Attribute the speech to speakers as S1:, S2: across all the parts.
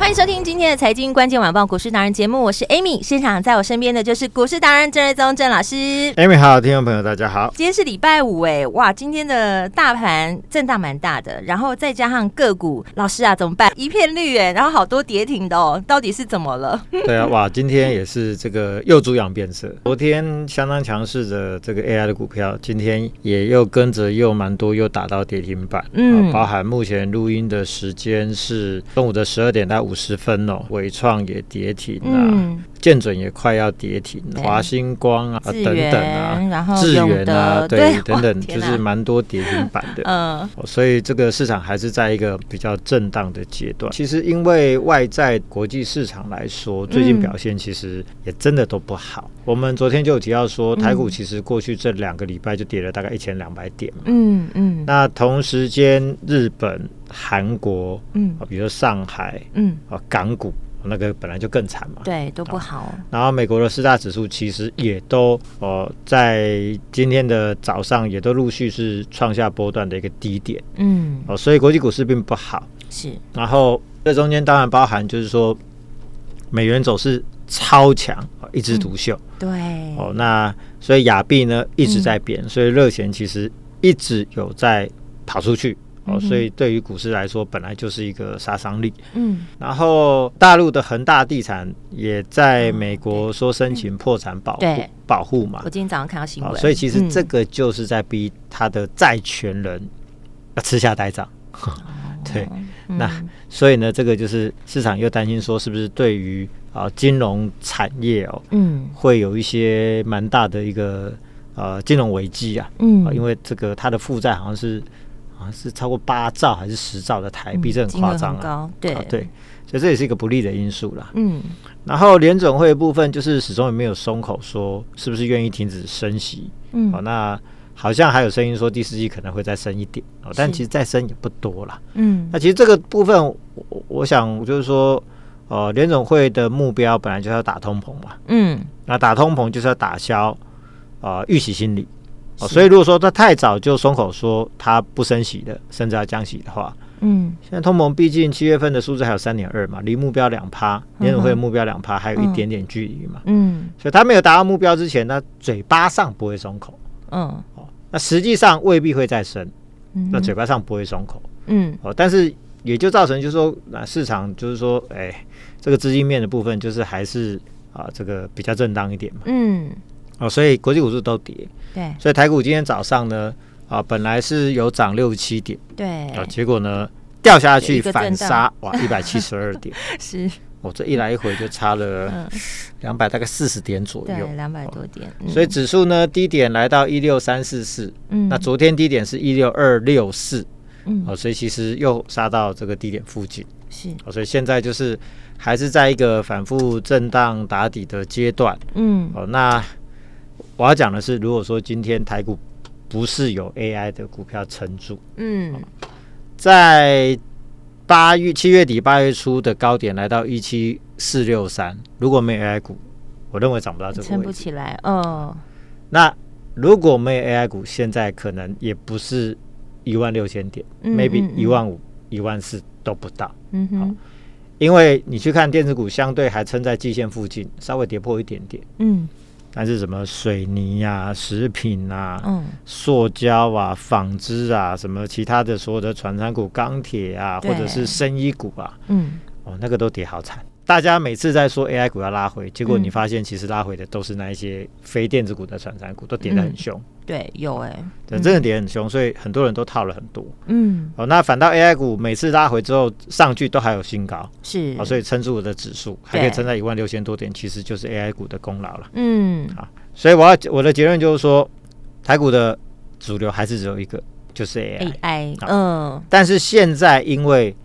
S1: 欢迎收听今天的财经关键晚报股市达人节目，我是 Amy，现场在我身边的就是股市达人郑瑞宗郑老师。
S2: Amy 好，听众朋友大家 好。
S1: 今天是礼拜五哎，哇，今天的大盘震荡蛮大的，然后再加上个股，老师啊怎么办？一片绿哎，然后好多跌停的哦，到底是怎么 了？
S2: 对啊，哇，今天也是这个又猪羊变色。昨天相当强势的这个 AI 的股票，今天也又跟着又蛮多，又打到跌停板。
S1: 嗯
S2: 啊包含目前录音的时间是中午的十二点到五十分哦。伟创也跌停啊，
S1: 嗯，
S2: 建准也快要跌停，
S1: 对
S2: 华星光啊
S1: 智
S2: 等等啊
S1: 源，然后
S2: 智
S1: 永
S2: 源啊，
S1: 德对哇
S2: 对，等等，
S1: 天啊
S2: 就
S1: 哪
S2: 是蛮多跌停板的。
S1: 呃，
S2: 哦所以这个市场还是在一个比较震荡的阶段。其实，因为外在国际市场来说，最近表现其实也真的都不好。我们昨天就有提到说，台股其实过去这两个礼拜就跌了大概一千两百点嘛。
S1: 嗯嗯
S2: 那同时间，日本、韩国，
S1: 嗯
S2: 啊比如说上海
S1: 嗯，
S2: 啊，港股那个本来就更惨嘛。
S1: 对，都不好，
S2: 然后美国的四大指数其实也都呃在今天的早上也都陆续是创下波段的一个低点
S1: 嗯
S2: 哦、所以国际股市并不好。
S1: 是，
S2: 然后这中间当然包含就是说美元走势超强，哦一枝
S1: 嗯
S2: 独秀、
S1: 对，
S2: 哦。那所以亚币呢一直在
S1: 嗯
S2: 贬，所以热钱其实一直有在跑出去。
S1: 嗯
S2: 哦，
S1: 哼
S2: 所以对于股市来说，本来就是一个杀伤力。
S1: 嗯
S2: 然后大陆的恒大地产也在美国说申请破产保
S1: 啊
S2: 护、
S1: 嗯对
S2: 保护嘛
S1: 我，今天早上看到新
S2: 哦
S1: 闻，
S2: 所以其实这
S1: 嗯
S2: 个就是在逼他的债权人要吃下呆账。 对，那
S1: 嗯
S2: 所以呢，这个就是市场又担心说，是不是对于啊、金融产业哦，
S1: 嗯
S2: 会有一些蛮大的一个呃金融危机啊？
S1: 嗯
S2: 啊因为这个它的负债好像是好像是超过八兆还是十兆的台币，这
S1: 嗯
S2: 很
S1: 金额
S2: 夸张
S1: 很
S2: 啊。
S1: 高，对
S2: 啊，对，所以这也是一个不利的因素啦。
S1: 嗯
S2: 然后联准会的部分就是始终也没有松口说是不是愿意停止升息。
S1: 嗯
S2: 好、那好像还有声音说第四季可能会再升一点，哦，但
S1: 是
S2: 其实再升也不多啦。
S1: 嗯
S2: 那其实这个部分，我我我想就是说，呃，联总会的目标本来就是要打通膨嘛，
S1: 嗯，
S2: 那打通膨就是要打消呃预期心理、哦，所以如果说他太早就松口说他不升息的，甚至要降息的话，
S1: 嗯
S2: 现在通膨毕竟七月份的数字还有三点二嘛，离目标两趴，联总会的目标两趴还有一点点距离嘛，
S1: 嗯
S2: 所以他没有达到目标之前，他嘴巴上不会松口，
S1: 嗯
S2: 哦，那实际上未必会再升，
S1: 嗯，
S2: 那嘴巴上不会松口。
S1: 嗯
S2: 哦，但是也就造成就是说，那、市场就是说，哎，这个资金面的部分就是还是啊这个比较震荡一点嘛，
S1: 嗯，
S2: 哦，所以国际股市都跌，
S1: 对
S2: 所以台股今天早上呢，啊本来是有涨六七点，
S1: 对
S2: 啊，结果呢掉下
S1: 有一
S2: 去
S1: 个
S2: 反
S1: 震
S2: 杀
S1: 荡，
S2: 哇，一百七十二点，
S1: 是，
S2: 我、这一来一回就差了
S1: 嗯
S2: 两百大概四十点左右
S1: 对，，两百多点，嗯
S2: 所以指数呢低点来到一六三四四，
S1: 嗯
S2: 那昨天低点是一六二六四，
S1: 嗯
S2: 哦，所以其实又杀到这个低点附近。
S1: 是
S2: 哦，所以现在就是还是在一个反复震荡打底的阶段。
S1: 嗯
S2: 哦，那我要讲的是，如果说今天台股不是有 AI 的股票撑住，
S1: 嗯
S2: 在八月七月底八月初的高点来到一七四六三，如果没有 AI 股，我认为涨不到这个
S1: 撑
S2: 位
S1: 不
S2: 置。
S1: 起来哦，
S2: 那如果没有 AI 股，现在可能也不是一万六千点、
S1: 嗯
S2: m a y b e
S1: 嗯嗯
S2: 一万五、一万四都不到。
S1: 嗯哼
S2: 因为你去看电子股，相对还撑在季线附近，稍微跌破一点点。
S1: 嗯
S2: 但是什么水泥啊、食品啊、
S1: 嗯
S2: 塑胶啊、纺织啊，什么其他的所有的传产股、钢铁啊，
S1: 对
S2: 或者是生医股啊，
S1: 嗯
S2: 哦，那个都跌好惨。大家每次在说 AI 股要拉回，结果
S1: 嗯
S2: 你发现其实拉回的都是那一些非电子股的传产股，都跌得很凶，
S1: 对，有哎、
S2: 对，真的跌得很凶，所以很多人都套了很多。
S1: 嗯，
S2: 哦，那反倒 AI 股每次拉回之后上去都还有新高，
S1: 是，
S2: 哦，所以撑住我的指数还可以撑在一万六千多点，其实就是 AI 股的功劳了。
S1: 嗯，
S2: 所以我要我的结论就是说，台股的主流还是只有一个，就是 AI。
S1: AI，
S2: 好
S1: 嗯，
S2: 但是现在因为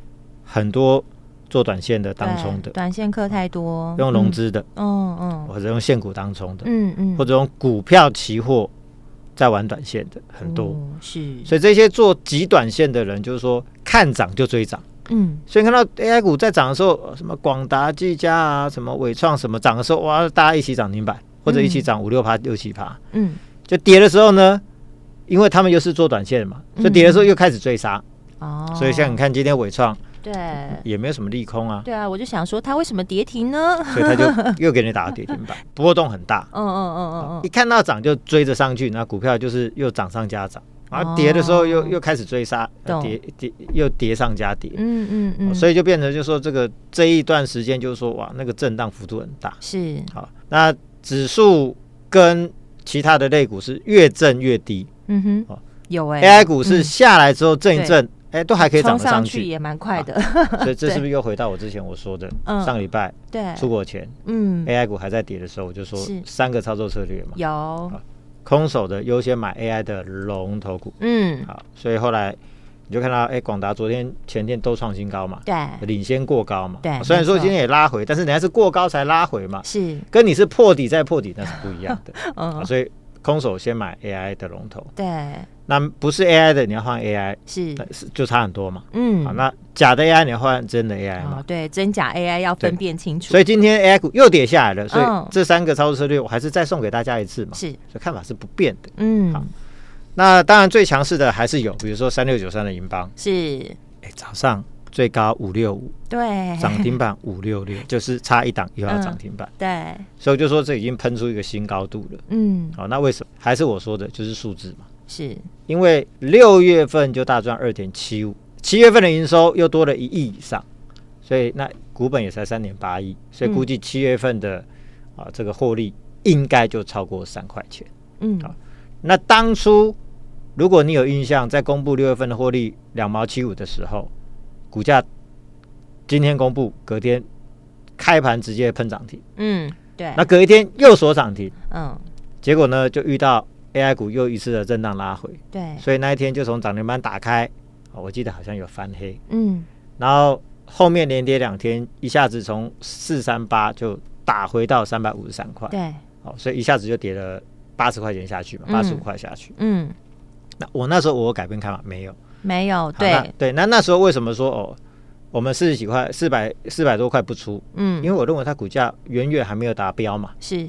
S2: 很多做短线的当冲
S1: 对
S2: 的，
S1: 短线客太多，
S2: 用融资的，
S1: 嗯，嗯
S2: 或者用现股当冲的，
S1: 嗯嗯嗯，
S2: 或者用股票期货在玩短线的很多。
S1: 哦是，
S2: 所以这些做极短线的人，就是说看涨就追涨。
S1: 嗯，
S2: 所以看到 AI 股在涨的时候，呃什么广达、技嘉啊，什么伟创什么涨的时候，哇，大家一起涨停板，或者一起涨五六趴、六七趴。
S1: 嗯
S2: 就跌的时候呢，因为他们又是做短线的嘛，所以跌的时候又开始追杀。
S1: 嗯哦，
S2: 所以像你看今天伟创
S1: 对
S2: 也没有什么利空啊，
S1: 对啊，我就想说它为什么跌停呢？
S2: 所以它就 又给你打了跌停 板，波动很大。
S1: 嗯嗯嗯嗯
S2: 一
S1: 嗯，
S2: 看到涨就追着上去，那股票就是又涨上加涨，然后跌的时候又、
S1: 哦
S2: 又开始追杀，呃
S1: 懂
S2: 跌跌又跌上加跌，
S1: 嗯嗯嗯，
S2: 所
S1: 以
S2: 以就变成就说这个这一段时间就是说哇那个震荡幅度很大。
S1: 是
S2: 好，那指数跟其他的类股是越震越低、
S1: 嗯哼
S2: 哦，
S1: 有哎
S2: a i 股是下来之后震一震，哎、都还可以涨
S1: 冲
S2: 得上
S1: 上
S2: 去，
S1: 也蛮快的，
S2: 所以这是不是又回到我之前我说的、
S1: 嗯
S2: 上礼拜
S1: 对，
S2: 出国前、
S1: 嗯
S2: AI 股还在跌的时候，我就说
S1: 是
S2: 三个操作策略嘛，
S1: 有，
S2: 空手的优先买 AI 的龙头股。
S1: 嗯
S2: 好，所以后来你就看到，哎，广达昨天、前天都创新高嘛，
S1: 对
S2: 领先过高嘛。
S1: 嗯对
S2: 虽然说
S1: 没错
S2: 今天也拉回，但是人家是过高才拉回嘛，
S1: 是
S2: 跟你是破底再破底那是不一样的。啊，
S1: 嗯
S2: 所以空手先买 AI 的龙头，
S1: 对
S2: 那不是 AI 的你要换 AI，
S1: 是
S2: 那是就差很多嘛。
S1: 嗯
S2: 好，那假的 AI 你要换真的 AI
S1: 哦
S2: 嘛。
S1: 对真假 AI 要分
S2: 对
S1: 辨清楚，
S2: 所以今天 AI 股又跌下来了，所
S1: 嗯
S2: 以这三个操作策略我还是再送给大家一次嘛。
S1: 是
S2: 所以看法是不变的。好
S1: 嗯
S2: 那当然最强势的还是有，比如说三六九三的银邦，
S1: 是
S2: 哎，早上最高五六五，
S1: 对
S2: 涨停板五六六，就是差一档又要
S1: 嗯
S2: 涨停板，
S1: 对
S2: 所以我就说这已经喷出一个新高度了。
S1: 嗯
S2: 好，那为什么？还是我说的，就是数字嘛。
S1: 是
S2: 因为六月份就大赚二点七五，七月份的营收又多了一亿以上，所以那股本也才三点八亿，所以估计七月份的、啊这个获利应该就超过三块钱。
S1: 嗯
S2: 好那当初如果你有印象，在公布六月份的获利两毛七五的时候，股价今天公布，隔天开盘直接喷涨停，
S1: 嗯对
S2: 那隔一天又锁涨停，
S1: 嗯
S2: 结果呢就遇到 AI 股又一次的震荡拉回，
S1: 对
S2: 所以那一天就从涨停板打开，哦我记得好像有翻黑，
S1: 嗯
S2: 然后后面连跌两天，一下子从四三八就打回到三百五十三块，
S1: 对
S2: 好、所以一下子就跌了八十块钱下去嘛，
S1: 嗯
S2: 八十五块下去。
S1: 嗯
S2: 那我那时候我有改变看法没有？
S1: 没有
S2: 好那
S1: 对
S2: 对，那那时候为什么说哦，我们四十几块、四百四百多块不出？
S1: 嗯
S2: 因为我认为它股价远远还没有达标嘛，
S1: 是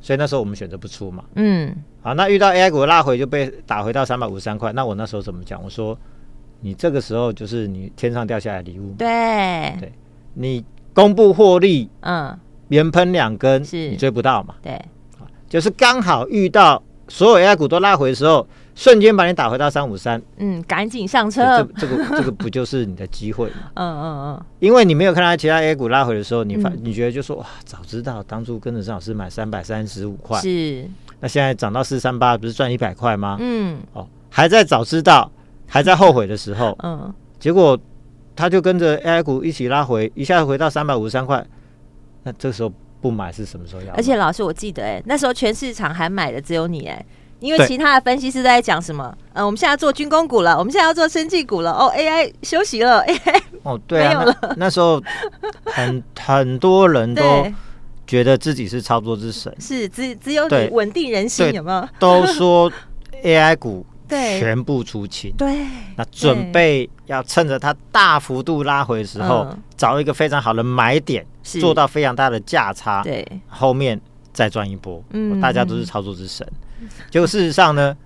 S2: 所以那时候我们选择不出嘛。
S1: 嗯
S2: 好，那遇到 AI 股拉回就被打回到三百五十三块，那我那时候怎么讲？我说你这个时候就是你天上掉下来的礼物嘛，
S1: 对
S2: 对你公布获利
S1: 嗯
S2: 连喷两根，
S1: 是
S2: 你追不到嘛，
S1: 对
S2: 就是刚好遇到所有 AI 股都拉回的时候，瞬间把你打回到三五三，
S1: 嗯赶紧上车
S2: 这这个这个不就是你的机会吗？
S1: 嗯嗯嗯
S2: 因为你没有看到其他 A 股拉回的时候，你发、
S1: 嗯
S2: 你觉得就说哇，早知道当初跟着郑老师买三百三十五块，
S1: 是
S2: 那现在涨到四三八，不是赚一百块吗？
S1: 嗯
S2: 哦，还在早知道，还在后悔的时候，
S1: 嗯
S2: 结果他就跟着 A 股一起拉回，一下回到三百五十三块，那这时候不买是什么时候要买？
S1: 而且老师，我记得哎、那时候全市场还买的只有你哎、因为
S2: 对
S1: 其他的分析师都在讲什么？嗯，我们现在要做军工股了，我们现在要做生技股了。哦，AI 休息了，AI 哎
S2: 哦，对啊
S1: 没有，
S2: 那那时候很很多人都
S1: 对，
S2: 觉得自己是操作之 神，
S1: 是只只有你
S2: 对
S1: 稳定人心，
S2: 对
S1: 有没有？
S2: 都说 AI 股
S1: 对
S2: 全部出清。
S1: 对，
S2: 那准备要趁着它大幅度拉回的时候，
S1: 嗯
S2: 找一个非常好的买点，
S1: 是
S2: 做到非常大的价差，
S1: 对，
S2: 后面再赚一波。
S1: 嗯
S2: 大家都是操作之神。结果事实上 呢，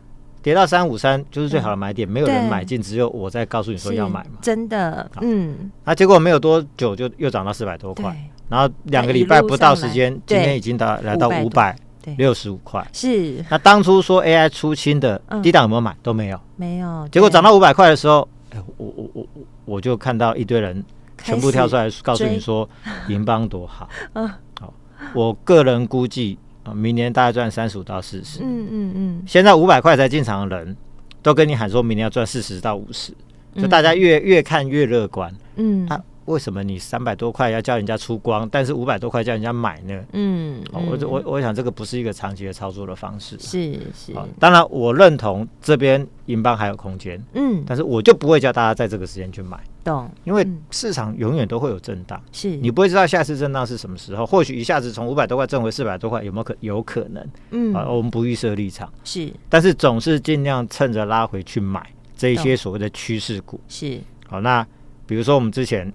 S2: 跌到三五三就是最好的买点，没有人
S1: 对
S2: 买进，只有我在告诉你说要买嘛
S1: 是。真的，嗯，
S2: 那结果没有多久就又涨到四百多块，
S1: 对
S2: 然后两个礼拜不到时
S1: 一路上来，
S2: 间今
S1: 对
S2: 天已经到来到五百
S1: 对，
S2: 六十五块。
S1: 是
S2: 那当初说 AI 出清的
S1: 嗯
S2: 低档有没有买？都没有。
S1: 没有，
S2: 结果
S1: 对
S2: 涨到五百块的时候，哎，我我我我我就看到一堆人全部跳出来告诉你说银邦多好。嗯，好，我个人估计啊，明年大概赚三十五到四十。
S1: 嗯嗯嗯，
S2: 现在五百块才进场的人，都跟你喊说明年要赚四十到五十，就大家越越看越乐观。
S1: 嗯
S2: 啊，为什么你三百多块要叫人家出光，但是五百多块叫人家买呢？
S1: 嗯，
S2: 哦，我我我想这个不是一个长期的操作的方式。
S1: 是是，
S2: 啊，当然我认同这边银邦还有空间，
S1: 嗯，
S2: 但是我就不会叫大家在这个时间去买，
S1: 懂，
S2: 因为
S1: 嗯
S2: 市场永远都会有震荡，
S1: 是
S2: 你不会知道下次震荡是什么时候。或许一下子从五百多块挣回四百多块，有没有可有可能？
S1: 嗯
S2: 啊，我们不预设立场，
S1: 是
S2: 但是总是尽量趁着拉回去买这一些
S1: 懂
S2: 所谓的趋势股。
S1: 是，
S2: 好，那比如说我们之前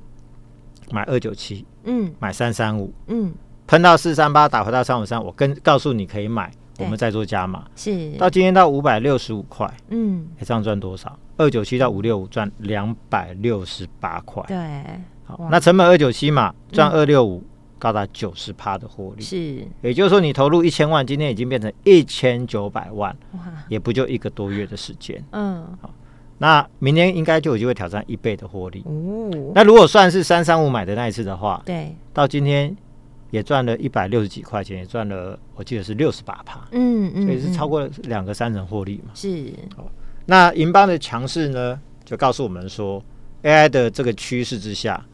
S2: 买二九七，
S1: 嗯
S2: 买三三五，
S1: 嗯
S2: 喷到四三八，打回到三五三，我跟告诉你可以买，我
S1: 对
S2: 们再做加码。
S1: 是，
S2: 到今天到五百六十五块，
S1: 嗯
S2: 哎这样赚多少？二九七到五六五赚两百六十八块。
S1: 对，嗯
S2: 好
S1: 哇，
S2: 那成本二九七嘛，赚二六五，高达九十趴的获利。
S1: 是
S2: 也就是说，你投入一千万，今天已经变成一千九百万，
S1: 哇，
S2: 也不就一个多月的时间。
S1: 嗯
S2: 那明年应该就有机会挑战一倍的获利。
S1: 哦，
S2: 那如果算是三三五买的那一次的话，
S1: 对，
S2: 到今天也赚了一百六十几块钱，也赚了我记得是六十八趴，
S1: 嗯嗯，
S2: 所以是超
S1: 嗯
S2: 过两个三成获利嘛。
S1: 是
S2: 那银邦的强势呢，就告诉我们说，AI 的这个趋势之下，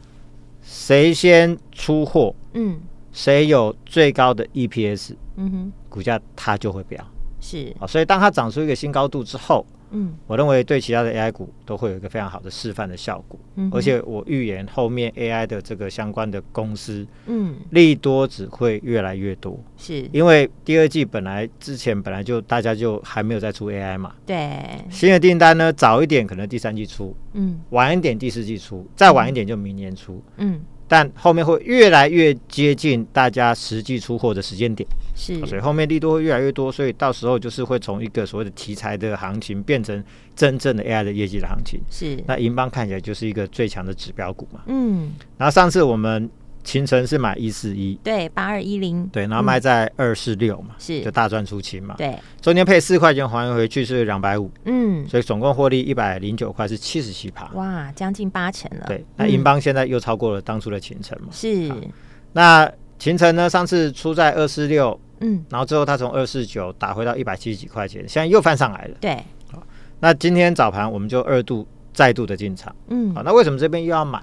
S2: 谁先出货，
S1: 嗯
S2: 谁有最高的 EPS，
S1: 嗯哼
S2: 股价它就会飙
S1: 是
S2: 啊。所以当它涨出一个新高度之后，
S1: 嗯
S2: 我认为对其他的 AI 股都会有一个非常好的示范的效果。
S1: 嗯哼
S2: 而且我预言后面 AI 的这个相关的公司
S1: 嗯
S2: 利多只会越来越多，
S1: 是
S2: 因为第二季本来之前本来就大家就还没有在出 AI 嘛，
S1: 对，
S2: 新的订单呢早一点可能第三季出，
S1: 嗯
S2: 晚一点第四季出，再晚一点就明年出，
S1: 嗯
S2: 但后面会越来越接近大家实际出货的时间点，
S1: 是
S2: 所以后面利多会越来越多，所以到时候就是会从一个所谓的题材的行情变成真正的 AI 的业绩的行情。
S1: 是
S2: 那银邦看起来就是一个最强的指标股嘛。
S1: 嗯
S2: 然后上次我们秦晨是买一四一，
S1: 对八二一零
S2: 对，然后卖在二四六嘛，
S1: 嗯是
S2: 就大赚出清嘛。
S1: 对
S2: 中间配四块钱还回去是两百五，
S1: 嗯
S2: 所以总共获利一百零九块，是七十七趴。
S1: 哇将近八成了
S2: 对，那
S1: 嗯
S2: 银邦现在又超过了当初的秦晨嘛。
S1: 是
S2: 那秦晨呢，上次出在二四六，
S1: 嗯
S2: 然后之后他从二四九打回到一百七十几块钱，现在又翻上来了。
S1: 对
S2: 那今天早盘我们就二度再度的进场。
S1: 嗯
S2: 好，那为什么这边又要买？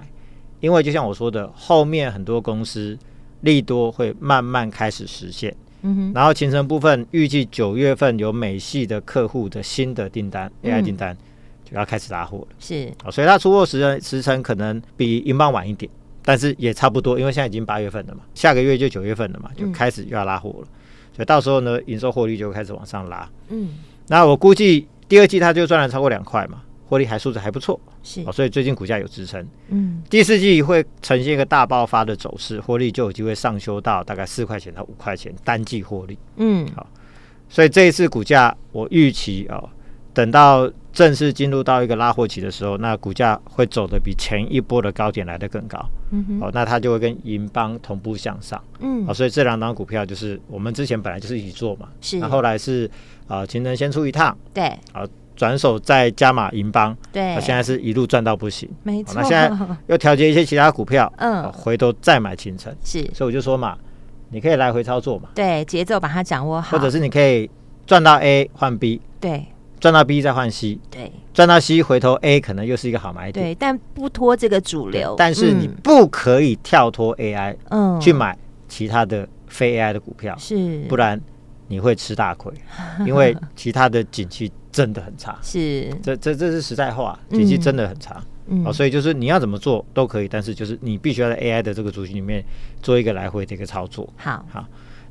S2: 因为就像我说的，后面很多公司利多会慢慢开始实现。
S1: 嗯哼
S2: 然后秦城部分预计九月份有美系的客户的新的订单、AI
S1: 嗯
S2: 订单就要开始拉货了。
S1: 是
S2: 好，所以它出货时程时程可能比英镑晚一点，但是也差不多，因为现在已经八月份了嘛，下个月就九月份了嘛，就
S1: 嗯
S2: 开始又要拉货了。所以到时候呢，营收获利就开始往上拉。
S1: 嗯
S2: 那我估计第二季它就赚了超过两块嘛，获利还数字还不错。
S1: 是
S2: 好，所以最近股价有支撑。
S1: 嗯
S2: 第四季会呈现一个大爆发的走势，获利就有机会上修到大概四块钱到五块钱单季获利。
S1: 嗯
S2: 所以这一次股价，我预期哦，等到正式进入到一个拉货期的时候，那股价会走的比前一波的高点来的更高
S1: 嗯哼
S2: 哦，那它就会跟银邦同步向上
S1: 嗯
S2: 哦。所以这两档股票就是我们之前本来就是一起做嘛，
S1: 是
S2: 那后来是啊，秦、人先出一趟，
S1: 对
S2: 啊转手再加码银邦，
S1: 对
S2: 那现在是一路赚到不行。
S1: 没
S2: 好
S1: 错
S2: 那现在又调节一些其他股票，
S1: 嗯
S2: 嗯，回头再买秦城，
S1: 是
S2: 所以我就说嘛，你可以来回操作嘛，
S1: 对节奏把它掌握好
S2: 或者是你可以赚到 A 换 B，
S1: 对
S2: 赚到 B 再换 C，
S1: 对
S2: 赚到 C 回头 A 可能又是一个好买点，
S1: 对但不拖这个主
S2: 对
S1: 流
S2: 但是你不可以跳脱 AI
S1: 嗯嗯嗯嗯
S2: 去买其他的非 AI 的股票，
S1: 是
S2: 不然你会吃 大亏，因为其他的景气真的很差。
S1: 是
S2: 这这这是实在话，景气
S1: 嗯
S2: 真的很差。
S1: 嗯
S2: 哦，所以就是你要怎么做都可以，但是就是你必须要在 AI 的这个族群里面做一个来回的一个操作。
S1: 好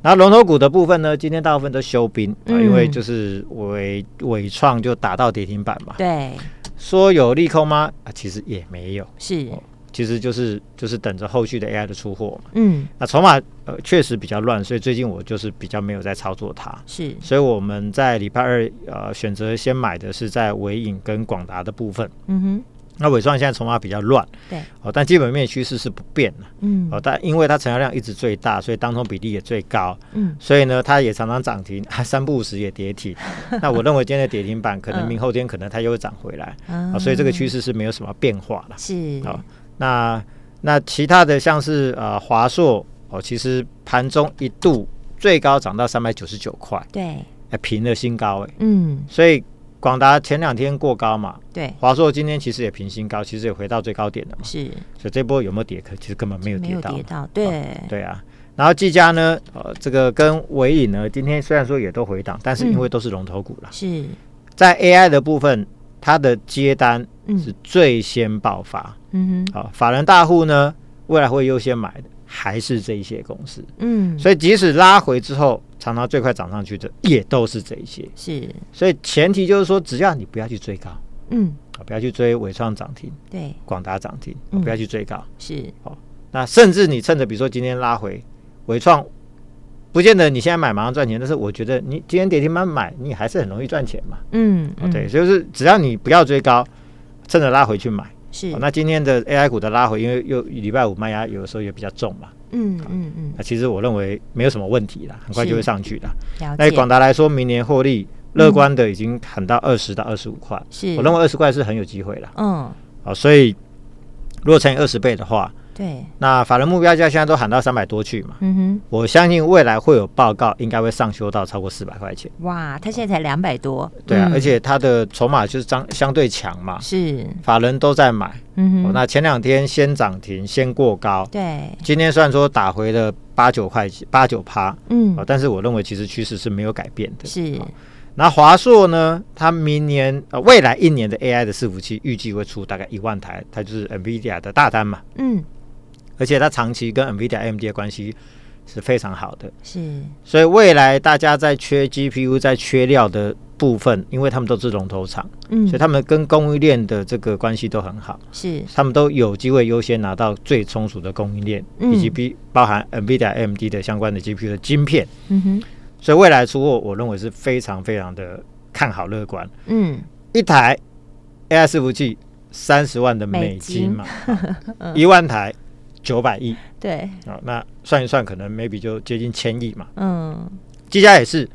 S2: 然后龙头股的部分呢，今天大部分都休兵啊、
S1: 嗯
S2: 因为就是伟伟创就打到跌停板嘛。
S1: 对
S2: 说有利空吗？啊，其实也没有，
S1: 是
S2: 其实就是就是等着后续的 AI 的出货嘛。
S1: 嗯
S2: 那筹码呃确实比较乱，所以最近我就是比较没有在操作它。
S1: 是
S2: 所以我们在礼拜二呃选择先买的是在伟影跟广达的部分。
S1: 嗯
S2: 那伟创现在筹码比较乱，
S1: 哼对
S2: 哦，但基本面趋势是不变的。
S1: 嗯
S2: 哦，但因为它成交量一直最大，所以当中比例也最高，
S1: 嗯
S2: 所以呢，它也常常涨停， 啊，三不五时也跌 停。那我认为今天的跌停板，可能明后天 可能它又会涨回来，啊、
S1: 啊
S2: 所以这个趋势是没有什么变化了。
S1: 是
S2: 好那那其他的像是呃华硕哦，其实盘中一度最高涨到三百九十九块，
S1: 对，
S2: 哎，平了新高哎，
S1: 嗯，
S2: 所以广达前两天过高嘛，
S1: 对，
S2: 华硕今天其实也平新高，其实也回到最高点了嘛，
S1: 是
S2: 所以这波有没有跌？可其实根本没有
S1: 没
S2: 跌
S1: 有
S2: 到嘛，
S1: 跌到，对，
S2: 对啊。然后技嘉呢，呃，这个跟伟影呢，今天虽然说也都回档，但
S1: 嗯
S2: 是因为都是龙头股啦，
S1: 是，
S2: 在 AI 的部分，它的接单是
S1: 嗯
S2: 最先爆发，
S1: 嗯哼，
S2: 啊，法人大户呢未来会优先买的还是这一些公司，
S1: 嗯，
S2: 所以即使拉回之后，常常最快涨上去的也都是这一些，
S1: 是，
S2: 所以前提就是说，只要你不要去追高啊，
S1: 嗯，
S2: 不要去追伟创涨停、
S1: 对，
S2: 广达涨停，啊
S1: 嗯
S2: 不要去追高，
S1: 是，
S2: 那甚至你趁着比如说今天拉回伟创。不见得你现在买马上赚钱，但是我觉得你今天跌停板买，你还是很容易赚钱嘛。
S1: 嗯，
S2: 哦，对，
S1: 嗯，
S2: 就是只要你不要追高，趁着拉回去买。
S1: 是
S2: 哦，那今天的 AI 股的拉回，因为又礼拜五卖压有的时候也比较重嘛，
S1: 嗯嗯嗯，
S2: 那其实我认为没有什么问题啦，很快就会上去的。
S1: 了
S2: 那以
S1: 解，
S2: 广达来说，明年获利乐观的已经喊到二十到二十五块，
S1: 是，
S2: 我认为二十块是很有机会啦。
S1: 嗯，
S2: 哦，所以如果乘以二十倍的话，
S1: 对，
S2: 那法人目标价现在都喊到三百多去嘛，
S1: 嗯
S2: 我相信未来会有报告，应该会上修到超过四百块钱。
S1: 哼，哇，他现在才两百多，
S2: 对啊，
S1: 嗯
S2: 而且它的筹码就是相相对强嘛，
S1: 是，
S2: 法人都在买。
S1: 嗯
S2: 哦
S1: 哼，
S2: 那前两天先涨停，先过高，
S1: 对，
S2: 今天虽然说打回了八九块八九趴，
S1: 嗯
S2: 哦，，但哦是我认为其实趋势是没有改变的。
S1: 是，
S2: 那华硕呢，它明年呃未来一年的 AI 的伺服器预计会出大概一万台，它就是 NVIDIA 的大单嘛，
S1: 嗯，
S2: 而且它长期跟 NVIDIA AMD 的关系是非常好的，
S1: 是，
S2: 所以未来大家在缺 GPU 在缺料的部分，因为他们都是龙头厂，
S1: 嗯
S2: 所以，他们跟供应链的这个关系都很好。
S1: 是，
S2: 他们都有机会优先拿到最充足的供应链，
S1: 嗯
S2: 以及 B 包含 NVIDIA、AMD 的相关的 GPU 的晶片，
S1: 嗯哼，
S2: 所以未来出货，我认为是非常非常的看好乐观。
S1: 嗯，
S2: 一台 AI 伺服器三十万的美金嘛，一、万台九百亿
S1: 对，
S2: 啊，那算一算，可能 maybe 就接近千亿嘛。
S1: 嗯，
S2: 技嘉也是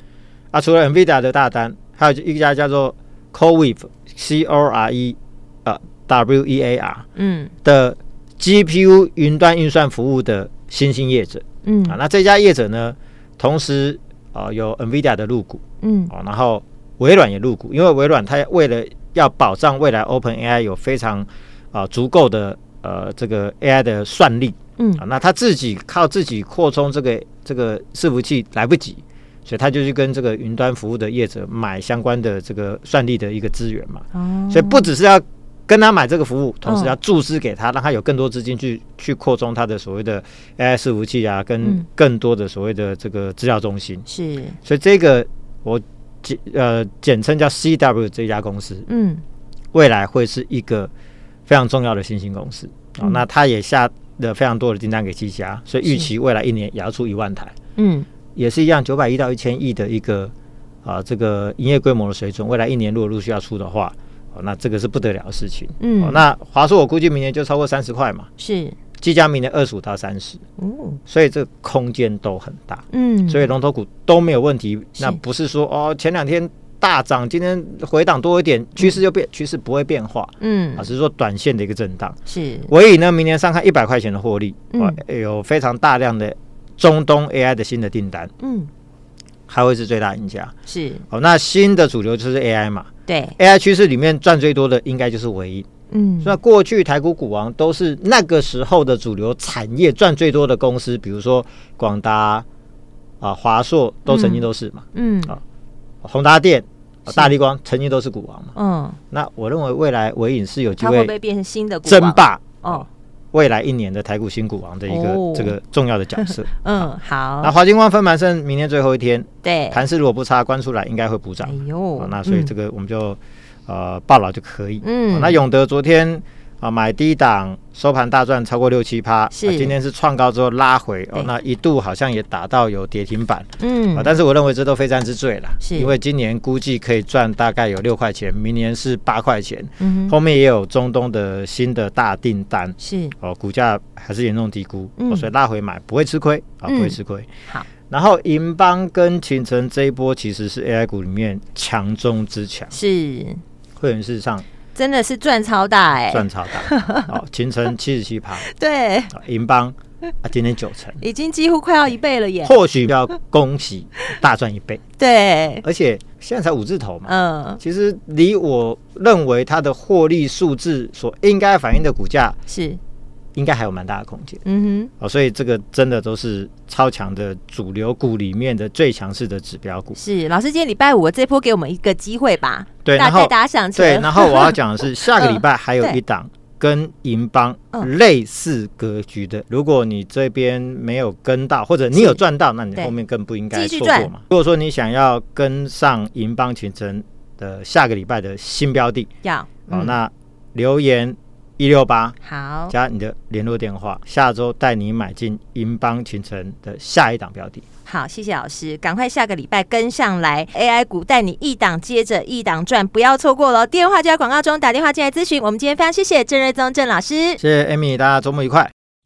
S2: 啊，除了 NVIDIA 的大单，还有一家叫做 CoreWeave C O R E 呃 W E A R
S1: 嗯，
S2: 的 GPU 云端运算服务的新兴业者啊。
S1: 嗯，
S2: 那这家业者呢，同时啊有 NVIDIA 的入股
S1: 嗯，
S2: 啊，然后微软也入股，因为微软它为了要保障未来 OpenAI 有非常啊足够的呃这个 AI 的算力啊，
S1: 嗯，
S2: 那它自己靠自己扩充这个这个伺服器来不及。所以它就去跟这个云端服务的业者买相关的这个算力的一个资源嘛，
S1: 哦
S2: 所以不只是要跟他买这个服务，同时
S1: 嗯
S2: 要注资给他，让他有更多资金去去扩充他的所谓的 AI 伺服器啊，跟
S1: 嗯
S2: 更多的所谓的这个资料中心。
S1: 是，
S2: 所以这个我简呃简称叫 CW 这家公司，
S1: 嗯，
S2: 未来会是一个非常重要的新兴公司。哦
S1: 嗯，
S2: 那他也下了非常多的订单给技嘉，所以预
S1: 是
S2: 期未来一年也要出一万台，
S1: 嗯，
S2: 也是一样九百亿到一千亿的一个。啊，这个营业规模的水准，未来一年如果陆续要出的话，哦，那这个是不得了的事情。
S1: 嗯，
S2: 哦，那华硕我估计明年就超过三十块嘛，
S1: 是，
S2: 技嘉明年二十五到三十，
S1: 哦，
S2: 所以这个空间都很大，
S1: 嗯，
S2: 所以龙头股都没有问题。
S1: 是
S2: 那不是说哦前两天大涨，今天回档多一点，趋势就变，趋势不会变化，
S1: 嗯
S2: 啊，，只是说短线的一个震荡。
S1: 是，
S2: 唯以呢，明年上看一百块钱的获利，
S1: 嗯
S2: 哇，有非常大量的中东 AI 的新的订单，
S1: 嗯，
S2: 还会是最大赢家。
S1: 是，
S2: 哦，那新的主流就是 AI 嘛
S1: 对，
S2: ，AI 趋势里面赚最多的应该就是啊唯一。
S1: 嗯，
S2: 那过去台股股王都是那个时候的主流产业赚最多的公司，比如说广达啊、华硕都曾经都是嘛，
S1: 嗯，
S2: 宏达电、啊
S1: 是
S2: 大力光曾经都是股王嘛。
S1: 嗯，
S2: 那我认为未来伟影是有机
S1: 它会
S2: 会
S1: 不会变成新的股
S2: 争
S1: 王？
S2: 霸
S1: 哦，
S2: 未来一年的台股新股王的一个
S1: 哦
S2: 这个重要的角色。
S1: 嗯，
S2: 那
S1: 好，
S2: 华金光分盘剩明天最后一天，
S1: 对，
S2: 盘势如果不差，关出来应该会补涨
S1: 哎。呦
S2: 啊，那所以这个我们就呃报了就可以。
S1: 嗯
S2: 哦那永德昨天啊买低档收盘大赚超过六七趴，
S1: 是
S2: 啊今天是创高之后拉回
S1: 对
S2: 哦，那一度好像也打到有跌停板
S1: 嗯，
S2: 啊，但是我认为这都非战之罪了，
S1: 是
S2: 因为今年估计可以赚大概有六块钱，明年是八块钱，
S1: 嗯哼，
S2: 后面也有中东的新的大订单。
S1: 是，
S2: 哦，股价还是严重低估，
S1: 嗯
S2: 哦、所以拉回买不会吃亏啊，
S1: 嗯
S2: 不会吃亏、
S1: 好，
S2: 然后银邦跟秦城这一波其实是 AI 股里面强中之强，
S1: 是，
S2: 会员市场
S1: 真的是赚超大哎、
S2: 赚超 大。哦，秦城七十七趴，
S1: 对，
S2: 哦银邦啊，今天九 成，
S1: 已经几乎快要一倍了耶。
S2: 或许要恭喜大赚一倍，
S1: 对，
S2: 而且现在才五字头嘛。
S1: 哎嗯，
S2: 其实离我认为它的获利数字所应该反映的股价，
S1: 是，
S2: 应该还有蛮大的空间
S1: 嗯
S2: 哦。所以这个真的都是超强的主流股里面的最强势的指标股
S1: 哼，。是。老师，今天礼拜五这波给我们一个机会吧，
S2: 对，
S1: 大
S2: 然
S1: 概
S2: 后
S1: 打响起
S2: 对，
S1: 来。
S2: 然后我要 讲的是，下个礼拜还有
S1: 嗯对
S2: 一档跟银邦
S1: 嗯
S2: 类似格局的，如果你这边没有跟到，或者你有赚到，那你
S1: 对
S2: 后面更不应该
S1: 继续
S2: 错过
S1: 赚
S2: 嘛。如果说你想要跟上银邦群城的下个礼拜的新标的，
S1: 要，
S2: 哦，
S1: 嗯
S2: 那留言一六八。
S1: 好，
S2: 加你的联络电话，下周带你买进银邦群城的下一档标的。
S1: 好，谢谢老师，赶快下个礼拜跟上来，AI 股带你一档接着一档赚，不要错过了。哦电话就在广告中，打电话进来咨询。我们今天非常谢谢郑瑞宗郑老师。
S2: 谢谢 Amy，大家周末愉快。